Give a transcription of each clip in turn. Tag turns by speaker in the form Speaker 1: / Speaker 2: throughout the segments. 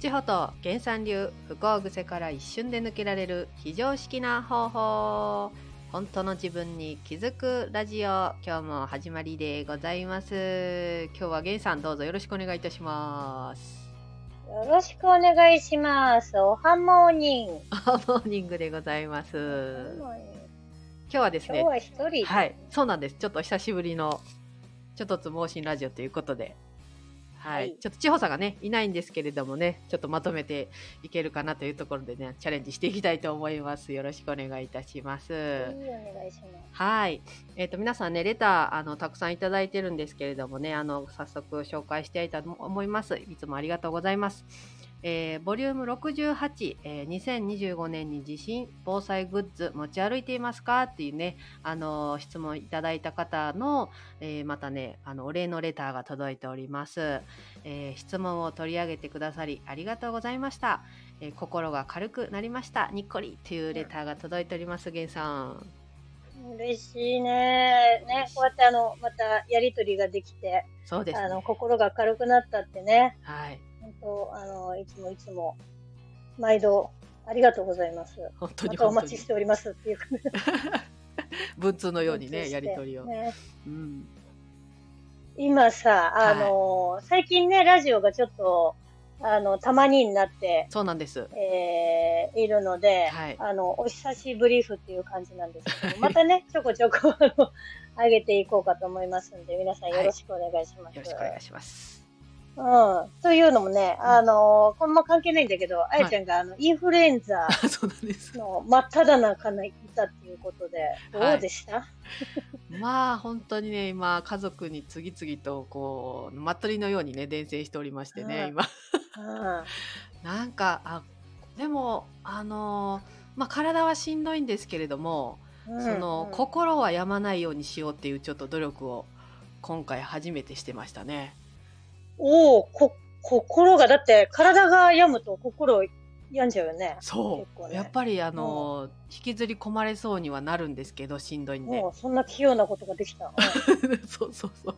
Speaker 1: 地方と原産流不幸癖から一瞬で抜けられる非常識な方法本当の自分に気づくラジオ今日も始まりでございます今日は源さんどうぞよろしくお願いいたします
Speaker 2: よろしくお願いします。おはモーニング。
Speaker 1: ハ ーモーニングでございます今日はです
Speaker 2: 今日
Speaker 1: ね
Speaker 2: は一人で、
Speaker 1: はいそうなんですちょっと久しぶりのちょっとつ盲信ラジオということではい、
Speaker 2: はい
Speaker 1: ちょっと千穂さんがねいないんですけれどもねちょっとまとめていけるかなというところでねチャレンジしていきたいと思いますよろしくお願いいたします、
Speaker 2: いいお願いしま
Speaker 1: はい。えっ、と、皆さんね、レター、あの、たくさんいただいてるんですけれどもね、あの、早速紹介していたいと思います。いつもありがとうございます。えーボリューム68、えー2025年に地震、防災グッズ持ち歩いていますかっていうね、あのー質問いただいた方の、えーまたね、あの、お礼のレターが届いております、えー質問を取り上げてくださり、ありがとうございました。えー心が軽くなりました。にっこりというレターが届いております、げんさん。
Speaker 2: す。嬉しいね。ね、こうやってあの、またやりとりができて、
Speaker 1: そうです、ね。
Speaker 2: あの、心が軽くなったってね。
Speaker 1: はい、
Speaker 2: 本当あの、いつもいつも、毎度、ありがとうございます。
Speaker 1: 本当
Speaker 2: ま
Speaker 1: に
Speaker 2: たお
Speaker 1: 本当
Speaker 2: 待ち
Speaker 1: に
Speaker 2: しておりますっていう感じ
Speaker 1: 文通のように
Speaker 2: して
Speaker 1: ねやり取りを、
Speaker 2: ね
Speaker 1: うん、
Speaker 2: 今さ、あの、最近ね、ラジオがちょっと、あの、たまにになって、
Speaker 1: そうなんです
Speaker 2: えーいるので、
Speaker 1: はい
Speaker 2: あの、お久しぶりふっていう感じなんで すけど、またね、ちょこちょこ、あの、上げていこうかと思いますので、皆さんよろしくお願いします。
Speaker 1: よろしくお願いします
Speaker 2: うん。というのもね、あの、こんま関係ないんだけど、あやちゃんが、あの、インフルエンザ
Speaker 1: あ そうなんです
Speaker 2: の真っ只中にいたっていうことで、どうでした、
Speaker 1: まあ本当にね今家族に次々とこうまっとりのようにね伝染しておりましてね、
Speaker 2: うん
Speaker 1: 今
Speaker 2: うん。
Speaker 1: なんかあでもあのまあ体はしんどいんですけれども、その
Speaker 2: うん
Speaker 1: 心は病まないようにしようっていうちょっと努力を今回初めてしてましたね
Speaker 2: おおこ、心が、だって、体が病むと心病んじゃうよね。
Speaker 1: そ
Speaker 2: 結
Speaker 1: う、
Speaker 2: 構ね
Speaker 1: やっぱりあの引きずり込まれそうにはなるんですけどしんどいんで
Speaker 2: もう、そんな器用なことができた。
Speaker 1: そうそうそう。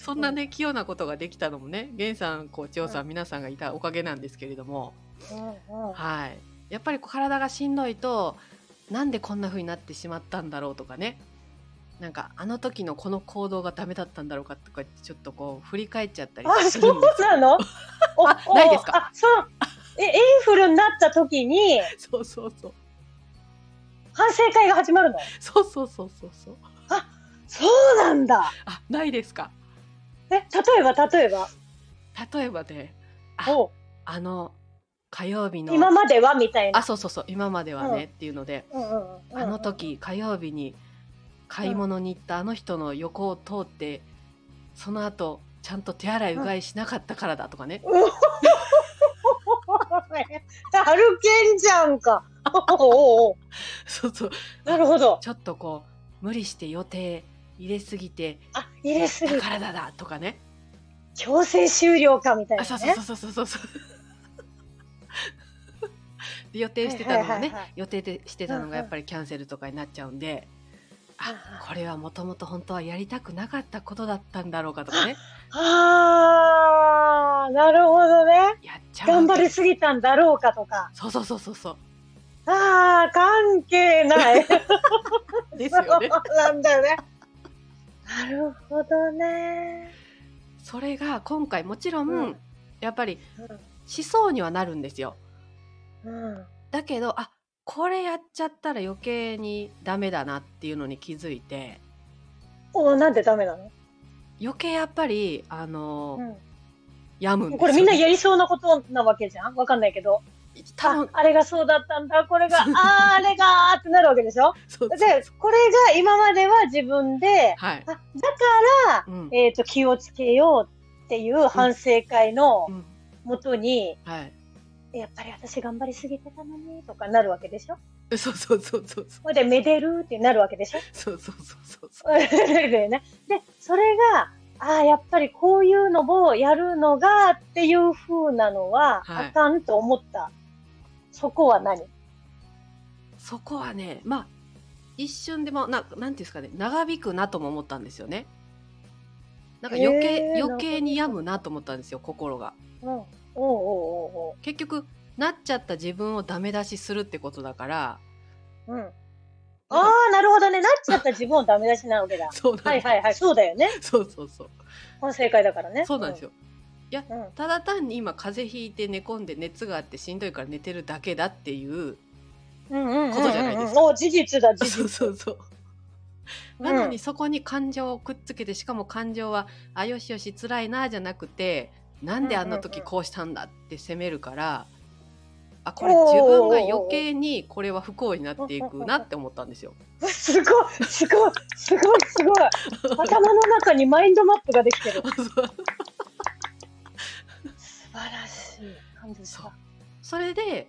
Speaker 1: そんなね、器用なことができたのもね、源さん、こう、千代さん、皆さんがいたおかげなんですけれども、
Speaker 2: うん。うんうん
Speaker 1: はい。やっぱりこう体がしんどいと、なんでこんな風になってしまったんだろうとかね。なんか、あの時のこの行動がダメだったんだろうかとか、ちょっとこう、振り返っちゃったり
Speaker 2: あ、
Speaker 1: する
Speaker 2: そ
Speaker 1: ん
Speaker 2: う
Speaker 1: です
Speaker 2: なの
Speaker 1: あないですか
Speaker 2: あ、そう。え、インフルになった時に、
Speaker 1: そうそうそう。
Speaker 2: 反省会が始まるの
Speaker 1: そうそうそうそうそう。
Speaker 2: そうなんだ。
Speaker 1: あ、ないですか。
Speaker 2: え、例えば、例えば。
Speaker 1: 例えばね、あ
Speaker 2: お
Speaker 1: あの、火曜日の、
Speaker 2: 今まではみたい
Speaker 1: あ、
Speaker 2: な。
Speaker 1: そうそうそう、今まではね、
Speaker 2: う
Speaker 1: っ
Speaker 2: ん
Speaker 1: ていうので、
Speaker 2: うんうんうんうん
Speaker 1: あの。 時火曜日に買い物に行ったあの人の横を通ってその後ちゃんと手洗いうがいしなかったからだとかね、
Speaker 2: 歩けんじゃんか。おうおうおう
Speaker 1: そうそう
Speaker 2: なるほど。
Speaker 1: ちょっとこう無理して予定入れすぎて
Speaker 2: あ、入れすぎ
Speaker 1: だ。からだだとかね
Speaker 2: 強制終了かみたいな
Speaker 1: あ
Speaker 2: ね。
Speaker 1: そうそうそうそうそうそう で予定してたのがね、
Speaker 2: はいはいはいはい
Speaker 1: 予定でしてたの
Speaker 2: うんう
Speaker 1: が
Speaker 2: ん
Speaker 1: やっぱりキャンセルとかになっちゃうんで、
Speaker 2: うんうん
Speaker 1: あこれはもともと本当はやりたくなかったことだったんだろうかとかね
Speaker 2: あー、なるほどね。
Speaker 1: やっちゃう
Speaker 2: 頑張りすぎたんだろうかとか。
Speaker 1: そうそうそうそうそう
Speaker 2: あー、関係ない。
Speaker 1: ですよ ね
Speaker 2: そうなんだよね。なるほどね。
Speaker 1: それが今回もちろん、
Speaker 2: うん
Speaker 1: やっぱりしそうにはなるんですよ
Speaker 2: うん。うん。
Speaker 1: だけどあこれやっちゃったら余計にダメだなっていうのに気づいて
Speaker 2: お、なんでダメなの、
Speaker 1: 余計やっぱりあの、
Speaker 2: う
Speaker 1: 病むんで
Speaker 2: ん、
Speaker 1: す
Speaker 2: こ
Speaker 1: よ、
Speaker 2: れ
Speaker 1: ね、
Speaker 2: みんなやりそうなことなわけじゃんわかんないけど。
Speaker 1: 多
Speaker 2: あ
Speaker 1: 分、
Speaker 2: あれがそうだったんだ、これが、あー、あれがーってなるわけでしょ
Speaker 1: そうそう
Speaker 2: で、これが今までは自分で、
Speaker 1: はい
Speaker 2: あ、だから、
Speaker 1: うん、
Speaker 2: えっ、と、気をつけようっていう反省会の
Speaker 1: うん
Speaker 2: もとに、
Speaker 1: はい
Speaker 2: やっぱり私頑張りすぎてたのに、とかなるわけでしょ
Speaker 1: そうそうそうそうそう
Speaker 2: ほいで、めでるってなるわけでしょ
Speaker 1: そうそうそうそう そう
Speaker 2: でね。で、それが、ああ、やっぱりこういうのをやるのがっていう風なのは、
Speaker 1: はい
Speaker 2: あかんと思った。そこは何
Speaker 1: そこはねまあ一瞬でもななんていうんですかね長引くなとも思ったんですよねなんか余計
Speaker 2: へー
Speaker 1: 余計に病むなと思ったんですよ心が
Speaker 2: うん。おうおうおう
Speaker 1: 結局なっちゃった自分をダメ出しするってことだから。
Speaker 2: おう。うん。ああ、なるほどね。なっちゃった自分をダメ出しなわけだ
Speaker 1: そうなんです
Speaker 2: はいはいはい。そうだよね。
Speaker 1: そうそうそう
Speaker 2: この正解だからね。
Speaker 1: そうなんですよ、
Speaker 2: うん。うん。
Speaker 1: ただ単に今風邪ひいて寝込んで熱があってしんどいから寝てるだけだっていう
Speaker 2: うんうんうんうんうん。
Speaker 1: ことじゃないです
Speaker 2: お事実だ、事実。
Speaker 1: そうそうそうなのにそこに感情をくっつけてしかも感情は「あよしよし辛いな」じゃなくて「なんであんな時こうしたんだ」って責めるからあこれ
Speaker 2: おー
Speaker 1: 自分が余計にこれは不幸になっていくなって思ったんです よ。
Speaker 2: うん。すごい、すごい、すごい、すごい。頭の中にマインドマップができてる。素晴らしい。感動した。
Speaker 1: それで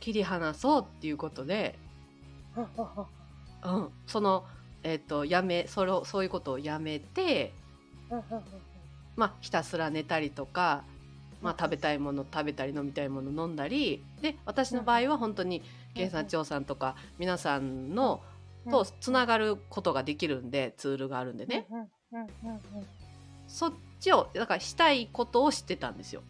Speaker 1: 切り離そうっていうことで、
Speaker 2: うんうんうん
Speaker 1: うん、その、えっとやめそれをそういうことをやめて、
Speaker 2: うんうんうんうん
Speaker 1: まあ、ひたすら寝たりとか、まあ、食べたいもの食べたり飲みたいもの飲んだりで私の場合は本当に源さん長さんとか皆さんのとつながることができるんでツールがあるんでね、
Speaker 2: うんうんうんうん
Speaker 1: そっちをだからしたいことをしてたんですよ。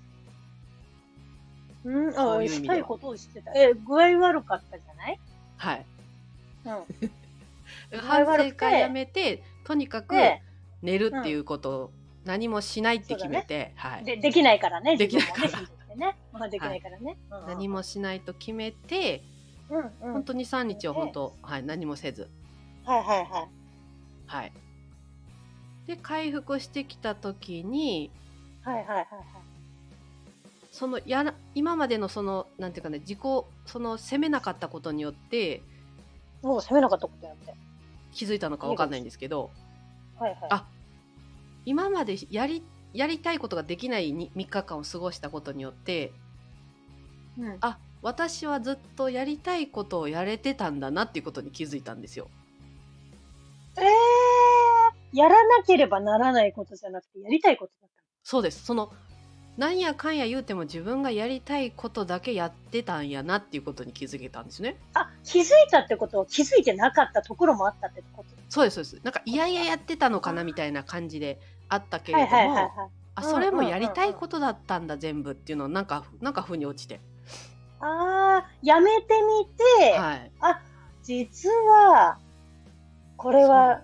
Speaker 2: うん、うん
Speaker 1: そう
Speaker 2: あ
Speaker 1: いう意味
Speaker 2: し
Speaker 1: では
Speaker 2: たいことをしてた。え、具合悪かったじゃない
Speaker 1: はい、
Speaker 2: う
Speaker 1: 反省会やめてとにか
Speaker 2: ん。
Speaker 1: く
Speaker 2: で、
Speaker 1: 寝るっていうことを何もしないって決めて、はい、
Speaker 2: でできないからね、
Speaker 1: できない
Speaker 2: 自分もね信じてねまあできないからね。うんうん
Speaker 1: 何もしないと決めて
Speaker 2: うんうん。
Speaker 1: 本当に3日は本当、はい、何もせず
Speaker 2: はいはいはい。
Speaker 1: はい。で回復してきた時に
Speaker 2: はいはいはいはい。
Speaker 1: そのやら今までのそのなんていうかね自己その責めなかったことによって
Speaker 2: もう攻めなかったことやって。
Speaker 1: 気づいたのかわかんないんですけど
Speaker 2: はいはい。
Speaker 1: あ今までやりやりたいことができないに3日間を過ごしたことによって
Speaker 2: うん、
Speaker 1: あ私はずっとやりたいことをやれてたんだなっていうことに気づいたんですよ。
Speaker 2: えー、やらなければならないことじゃなくて、やりたいことだっ
Speaker 1: そうですそのなんやかんや言うても自分がやりたいことだけやってたんやなっていうことに気づけたんですね。
Speaker 2: た。あ、気づいたってことは気づいてなかったところもあったってこと。
Speaker 1: そうですそうですなんかいやいややってたのかなみたいな感じであったけれども、
Speaker 2: はいはいはいはい。
Speaker 1: あ
Speaker 2: うん
Speaker 1: それもやりたいことだったんだ全部っていうのをなんかなんか腑に落ちて、
Speaker 2: あー、やめてみて、
Speaker 1: はい、
Speaker 2: 実は、これ
Speaker 1: そ
Speaker 2: は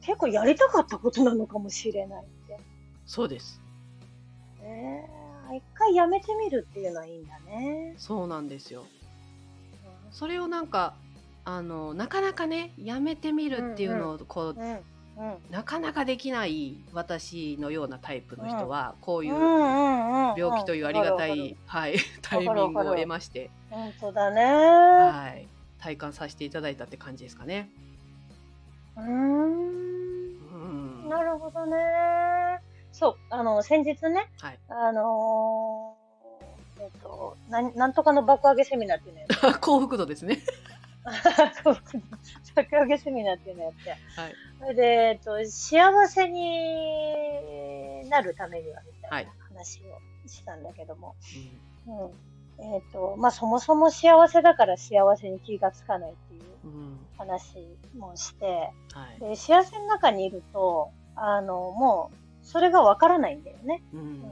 Speaker 2: 結構やりたかったことなのかもしれないって。
Speaker 1: そうです
Speaker 2: えー、一回やめてみるっていうのはいいんだね。
Speaker 1: そうなんですよそれをなんかあのなかなかねやめてみるっていうのをこう、
Speaker 2: うん、うん、うん。
Speaker 1: なかなかできない私のようなタイプの人は、こういう病
Speaker 2: 病
Speaker 1: 気というありがたい、はい、 タイミング
Speaker 2: わかる
Speaker 1: を
Speaker 2: わかる
Speaker 1: 得まして、
Speaker 2: 本当だね
Speaker 1: はい、体感させていただいたって感じですかね。
Speaker 2: うーん
Speaker 1: うん、
Speaker 2: なるほどねそうあの先日ね、
Speaker 1: はい
Speaker 2: あのーえっとなんなんとかの爆上げセミナーっていう のやって
Speaker 1: 幸福度ですね。
Speaker 2: 爆上げセミナーっていうのやって、
Speaker 1: はい
Speaker 2: それで、えっと、幸せになるためにはみたいな話をしたんだけども、うんえっとまあ、そもそも幸せだから幸せに気がつかないっていう
Speaker 1: うん、うん、
Speaker 2: 話もして、
Speaker 1: はい、
Speaker 2: で幸せの中にいるとあのもうそれがわからないんだよね。
Speaker 1: うん、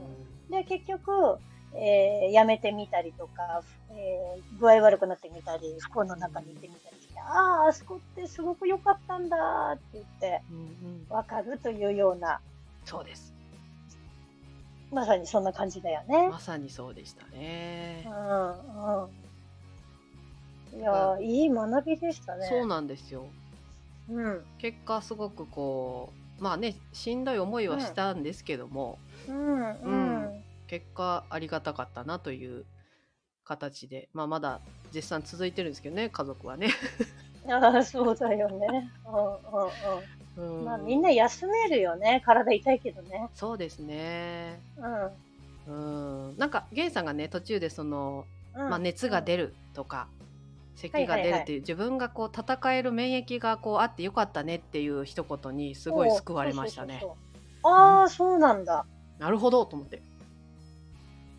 Speaker 2: で結局、えーやめてみたりとか、えー具合悪くなってみたり不幸の中にいてみたりしてあああそこってすごく良かったんだって言って
Speaker 1: うん、うん、
Speaker 2: わかるというような
Speaker 1: そうです。
Speaker 2: まさにそんな感じだよね。
Speaker 1: まさにそうでしたね
Speaker 2: う。んうん、いやーいい学びでしたね。
Speaker 1: そうなんですよ。
Speaker 2: うん
Speaker 1: 結果すごくこうまあねしんどい思いはしたんですけども、
Speaker 2: うんうん
Speaker 1: 結果ありがたかったなという形で、まあ、まだ絶賛続いてるんですけどね家族はね。
Speaker 2: ああそうだよね。うんうんうん
Speaker 1: うん
Speaker 2: まあみんな休めるよね。体痛いけどね。
Speaker 1: そうですね。
Speaker 2: うん。うん
Speaker 1: うん、なんかゲンさんがね途中でその、まあ、熱が
Speaker 2: る。
Speaker 1: 出るとか、咳が出るっていう、
Speaker 2: はいはい
Speaker 1: 自分がこう戦える免疫がこうあってよかったねっていう一言にすごい救われましたね
Speaker 2: そう。そうそうそうああ、そうなんだ。
Speaker 1: なるほどと思って。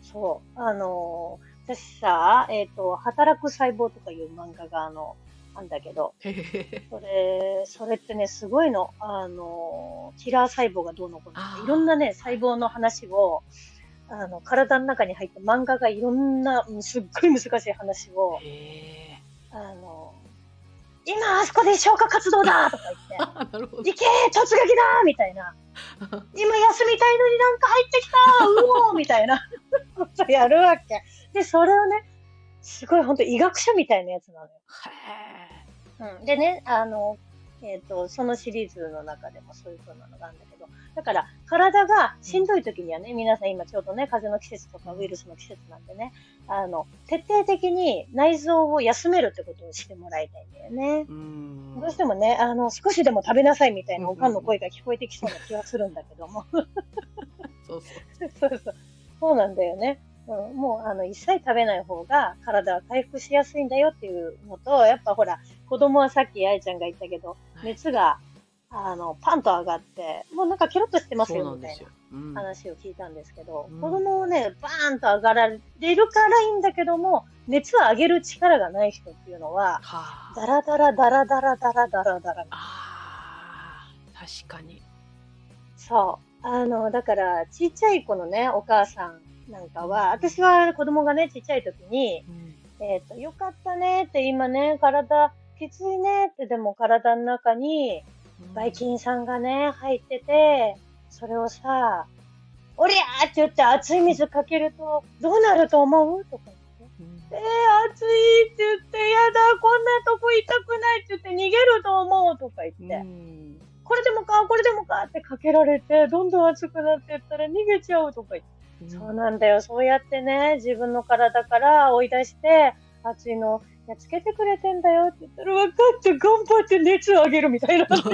Speaker 2: そう。あのー私さ、えっ、と、働く細胞とかいう漫画が、あの、あんだけど、
Speaker 1: へへへ
Speaker 2: それ、それってね、すごいの。あのーキラー細胞がどうのこうのっ
Speaker 1: あ
Speaker 2: て、
Speaker 1: ー
Speaker 2: いろんなね、細胞の話を、あの、体の中に入って漫画がいろんな、うんすっごい難しい話を、
Speaker 1: へえ。
Speaker 2: あの、今あそこで消火活動だとか言っ
Speaker 1: あ、 なるほ
Speaker 2: て、行け突撃だみたいな。今休みたいのになんか入ってきたうおーみたいな ことやるわけ。で、それをね、すごい本当医学書みたいなやつなのよ。
Speaker 1: へ
Speaker 2: うん、でね、あの、えっ、と、そのシリーズの中でもそういう風なのがあるんだけど、だから、体がしんどい時にはね、皆さん今ちょうどね、風邪の季節とかウイルスの季節なんでね、あの、徹底的に内臓を休めるってことをしてもらいたいんだよね。
Speaker 1: え。うん。
Speaker 2: どうしてもね、あの、少しでも食べなさいみたいなおかんの声が聞こえてきそうな気がするんだけども。
Speaker 1: そうそう。
Speaker 2: そうそう。そうなんだよね。うん、もう、あの、一切食べない方が体は回復しやすいんだよっていうのと、やっぱほら、子供はさっき愛ちゃんが言ったけど、熱が、あの、パンと上がって、もうなんかケロッとしてます
Speaker 1: そうな
Speaker 2: よ
Speaker 1: ん
Speaker 2: み
Speaker 1: で
Speaker 2: たい
Speaker 1: す
Speaker 2: な
Speaker 1: よ。うん。
Speaker 2: 話を聞いたんですけど、
Speaker 1: うん
Speaker 2: 子供をね、バーンと上がられるからいいんだけども、熱を上げる力がない人っていうのは、
Speaker 1: は
Speaker 2: ダラダラダラダラダラダラダラ
Speaker 1: あ。ああ、確かに。
Speaker 2: そう。あの、だから、ちっちゃい子のね、お母さんなんかは、私は子供がね、ちっちゃい時に、
Speaker 1: うん。
Speaker 2: えっ、と、よかったねって今ね、体、きついねって、でも体の中に、ばい菌さんがね、入ってて、それをさ、おりゃーって言って熱い水かけると、どうなると思うとか言って。
Speaker 1: うん。
Speaker 2: えー、熱いって言って、やだ、こんなとこ痛くないって言って逃げると思うとか言って。
Speaker 1: うん。
Speaker 2: これでもか、これでもかってかけられて、どんどん熱くなってったら逃げちゃうとか言って。そうなんだよ。そうやってね、自分の体から追い出して、熱いのやっつけてくれてんだよって言ったら、分かって、頑張って熱を上げるみたいな。なん か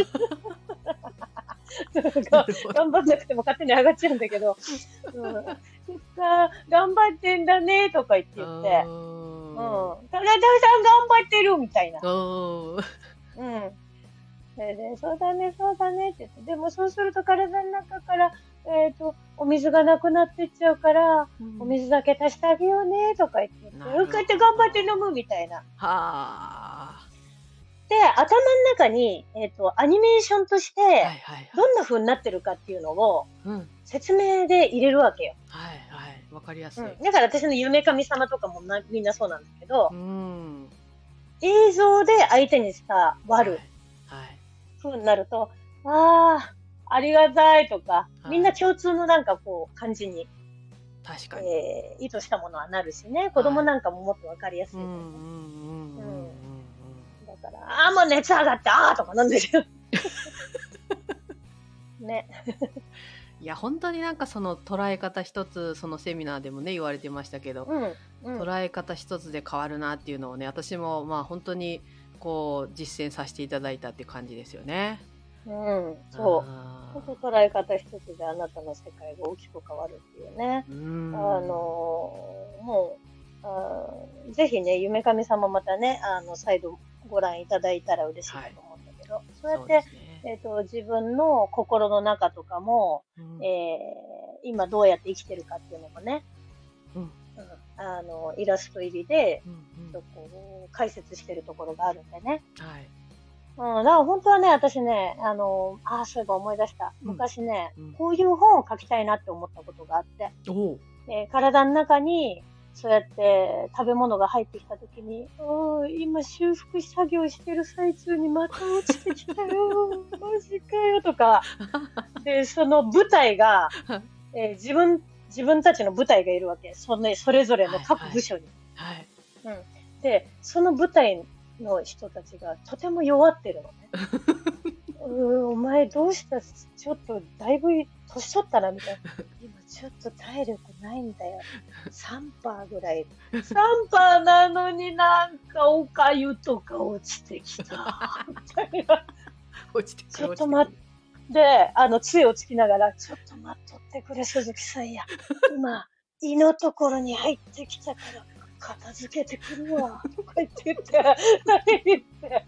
Speaker 2: 頑張んなくても勝手に上がっちゃうんだけど、うん、そっか頑張ってんだねとか言って言って、
Speaker 1: う
Speaker 2: うん、
Speaker 1: ん。
Speaker 2: 高田さん頑張ってるみたいな。
Speaker 1: うん。
Speaker 2: うん。それで、そうだね、そうだねって言って、でもそうすると体の中から、えっ、と、お水がなくなってっちゃうから、お水だけ足してあげようね、とか言って、
Speaker 1: なるほど
Speaker 2: うかって頑張って飲むみたいな。
Speaker 1: はあ。
Speaker 2: で、頭の中に、えっ、と、アニメーションとし
Speaker 1: はいはい
Speaker 2: て、
Speaker 1: はい。
Speaker 2: どんな風になってるかっていうのを
Speaker 1: うん。
Speaker 2: 説明で入れるわけよ。
Speaker 1: はいはい。わかりやす
Speaker 2: う
Speaker 1: い。
Speaker 2: ん。だから私の夢神様とかもなみんなそうなんだけど、
Speaker 1: うん。
Speaker 2: 映像で相手に伝わる。
Speaker 1: はい。
Speaker 2: 風になると、ああ、ありがたいとか、
Speaker 1: はい
Speaker 2: みんな共通のなんかこう感じに、
Speaker 1: はい。確かに。
Speaker 2: えー意図したものはなるしね、子供なんかももっとわかりやすい、
Speaker 1: うんうんうんうんうん
Speaker 2: だから、ああ、もう熱上がったあーとかなんだ けど。ね。
Speaker 1: うん。いや本当になんかその捉え方一つそのセミナーでもね言われてましたけど、
Speaker 2: うん。うん。
Speaker 1: 捉え方一つで変わるなっていうのをね私もまあ本当にこう実践させていただいたって感じですよね。
Speaker 2: うん、そう。
Speaker 1: あ
Speaker 2: 本
Speaker 1: ー
Speaker 2: 当捉え方一つであなたの世界が大きく変わるっていうね。
Speaker 1: うん。
Speaker 2: あのーもうあー、ぜひね、夢神様またね、あの、再度ご覧いただいたら嬉しいなと思うんだけど、そうや
Speaker 1: そ
Speaker 2: っ
Speaker 1: う
Speaker 2: て
Speaker 1: ですね、
Speaker 2: えっと自分の心の中とかも、
Speaker 1: うん
Speaker 2: えー今どうやって生きてるかっていうのもね、
Speaker 1: うん
Speaker 2: うんあのイラスト入りで、
Speaker 1: うんうん
Speaker 2: ちょっとこう解説してるところがあるんでね。
Speaker 1: はい。
Speaker 2: うん、だから本当はね、私ね、あの、ああ、そういえば思い出した。
Speaker 1: うん
Speaker 2: 昔ね、
Speaker 1: うん
Speaker 2: こういう本を書きたいなって思ったことがあって、
Speaker 1: おお。
Speaker 2: えー体の中に、そうやって食べ物が入ってきたときに、おー今修復作業してる最中にまた落ちてきたよ、マジかよ、とか。で、その舞台が、えー自分、自分たちの舞台がいるわけ。そ,、ね、それぞれの各部署に。
Speaker 1: はい。
Speaker 2: で、その舞台の人たちがとても弱って るのね。うーお前どうしたちょっとだいぶ年取ったなみたいな。今ちょっと体力ないんだよ。3%ぐらい。3%なのになんかおかゆとか落ちてきた。 みたいな
Speaker 1: 落ちてくる
Speaker 2: ちょっと待っで、あの、杖をつきながら、ちょっと待っとってくれ、鈴木さんや。今、胃のところに入ってきたから、片付けてくるわ。とか言って言って、言って、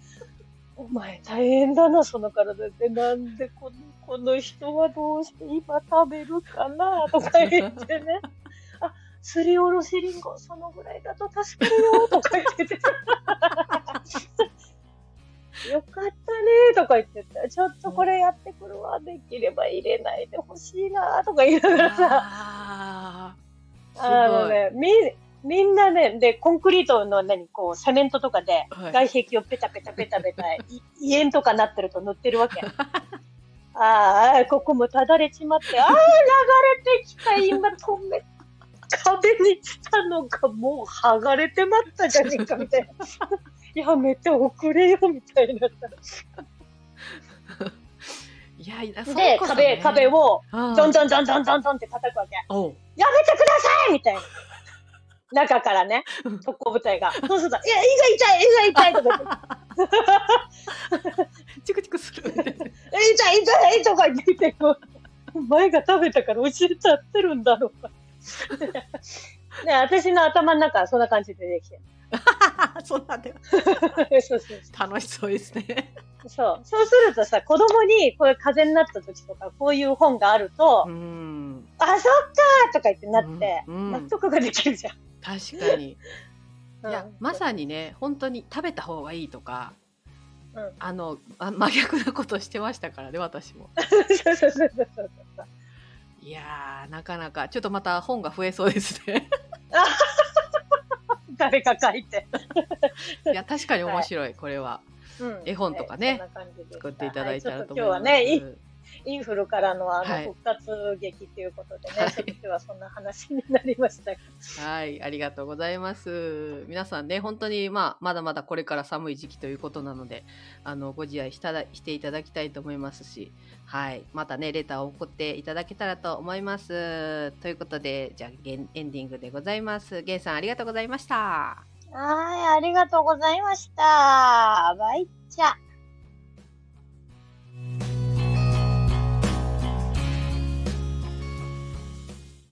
Speaker 2: お前大変だな、その体で。なんでこの、この人はどうして今食べるかな、とか言ってね。あ、すりおろしりんご、そのぐらいだと助かるよ、とか言って て。よかったねとか言ってた。ちょっとこれやってくるわ。できれば入れないでほしいなとか言いながらさ、
Speaker 1: あすごい。
Speaker 2: あのね、み、みんなね、で、コンクリートの何、こう、セメントとかで、
Speaker 1: はい
Speaker 2: 外壁をペタペタペタペタ、い家とかなってると塗ってるわけ。ああ、ここもただれちまって、ああ、流れてきた、今止め、壁に来たのがもう剥がれてまったじゃねえか、みたいな。やめておくれよ、みたいな。
Speaker 1: いやいや、そう
Speaker 2: で、
Speaker 1: こそ
Speaker 2: 壁、
Speaker 1: ね
Speaker 2: 壁、を、
Speaker 1: ど
Speaker 2: どんどんどんどんどんどんって叩くわけ。
Speaker 1: おう
Speaker 2: やめてくださいみたいな。中からね、特攻部隊が。そうそうそう。いや、胃が痛い、胃が痛いとか言って。
Speaker 1: チクチクする。
Speaker 2: え痛い、痛い、痛いとか言ってこう。前が食べたから教えちゃってるんだろうか。ね、私の頭の中はそんな感じでできてる。
Speaker 1: そうなんだよ。
Speaker 2: そうそう
Speaker 1: 楽しそうですね。
Speaker 2: そうそうそうするとさ、子供にこういう風邪になった時とか、こういう本があると、
Speaker 1: うん。
Speaker 2: あ、そっかーとか言ってなって、
Speaker 1: うんう
Speaker 2: 納
Speaker 1: ん
Speaker 2: 得ができるじゃん。
Speaker 1: 確かに。いや
Speaker 2: うん、
Speaker 1: まさにね、本当に食べた方がいいとか、
Speaker 2: うん
Speaker 1: あのあ真逆なことしてましたからね、私も。
Speaker 2: そうそうそうそうそう。
Speaker 1: いやー、なかなか、ちょっとまた本が増えそうです ね。
Speaker 2: 誰か書いて。
Speaker 1: いや、確かに面白い、これは。
Speaker 2: うん
Speaker 1: 絵本とかね
Speaker 2: そんな感じでした
Speaker 1: 作っていただいたらと思い
Speaker 2: は
Speaker 1: ます。
Speaker 2: ちょっと今日はね、インインフルからのあ
Speaker 1: はい
Speaker 2: の復活劇ということでね、
Speaker 1: はい
Speaker 2: ちょっと今日はそんな話になりましたが。
Speaker 1: はい、ありがとうございます。皆さんね、本当に、まあ、まだまだこれから寒い時期ということなので、あの、ご自愛しただしていただきたいと思いますし、はい、またね、レターを送っていただけたらと思います。ということで、じゃあ、ゲンエンディングでございます。ゲンさん、ありがとうございました。
Speaker 2: はい、ありがとうございました。バイチャ。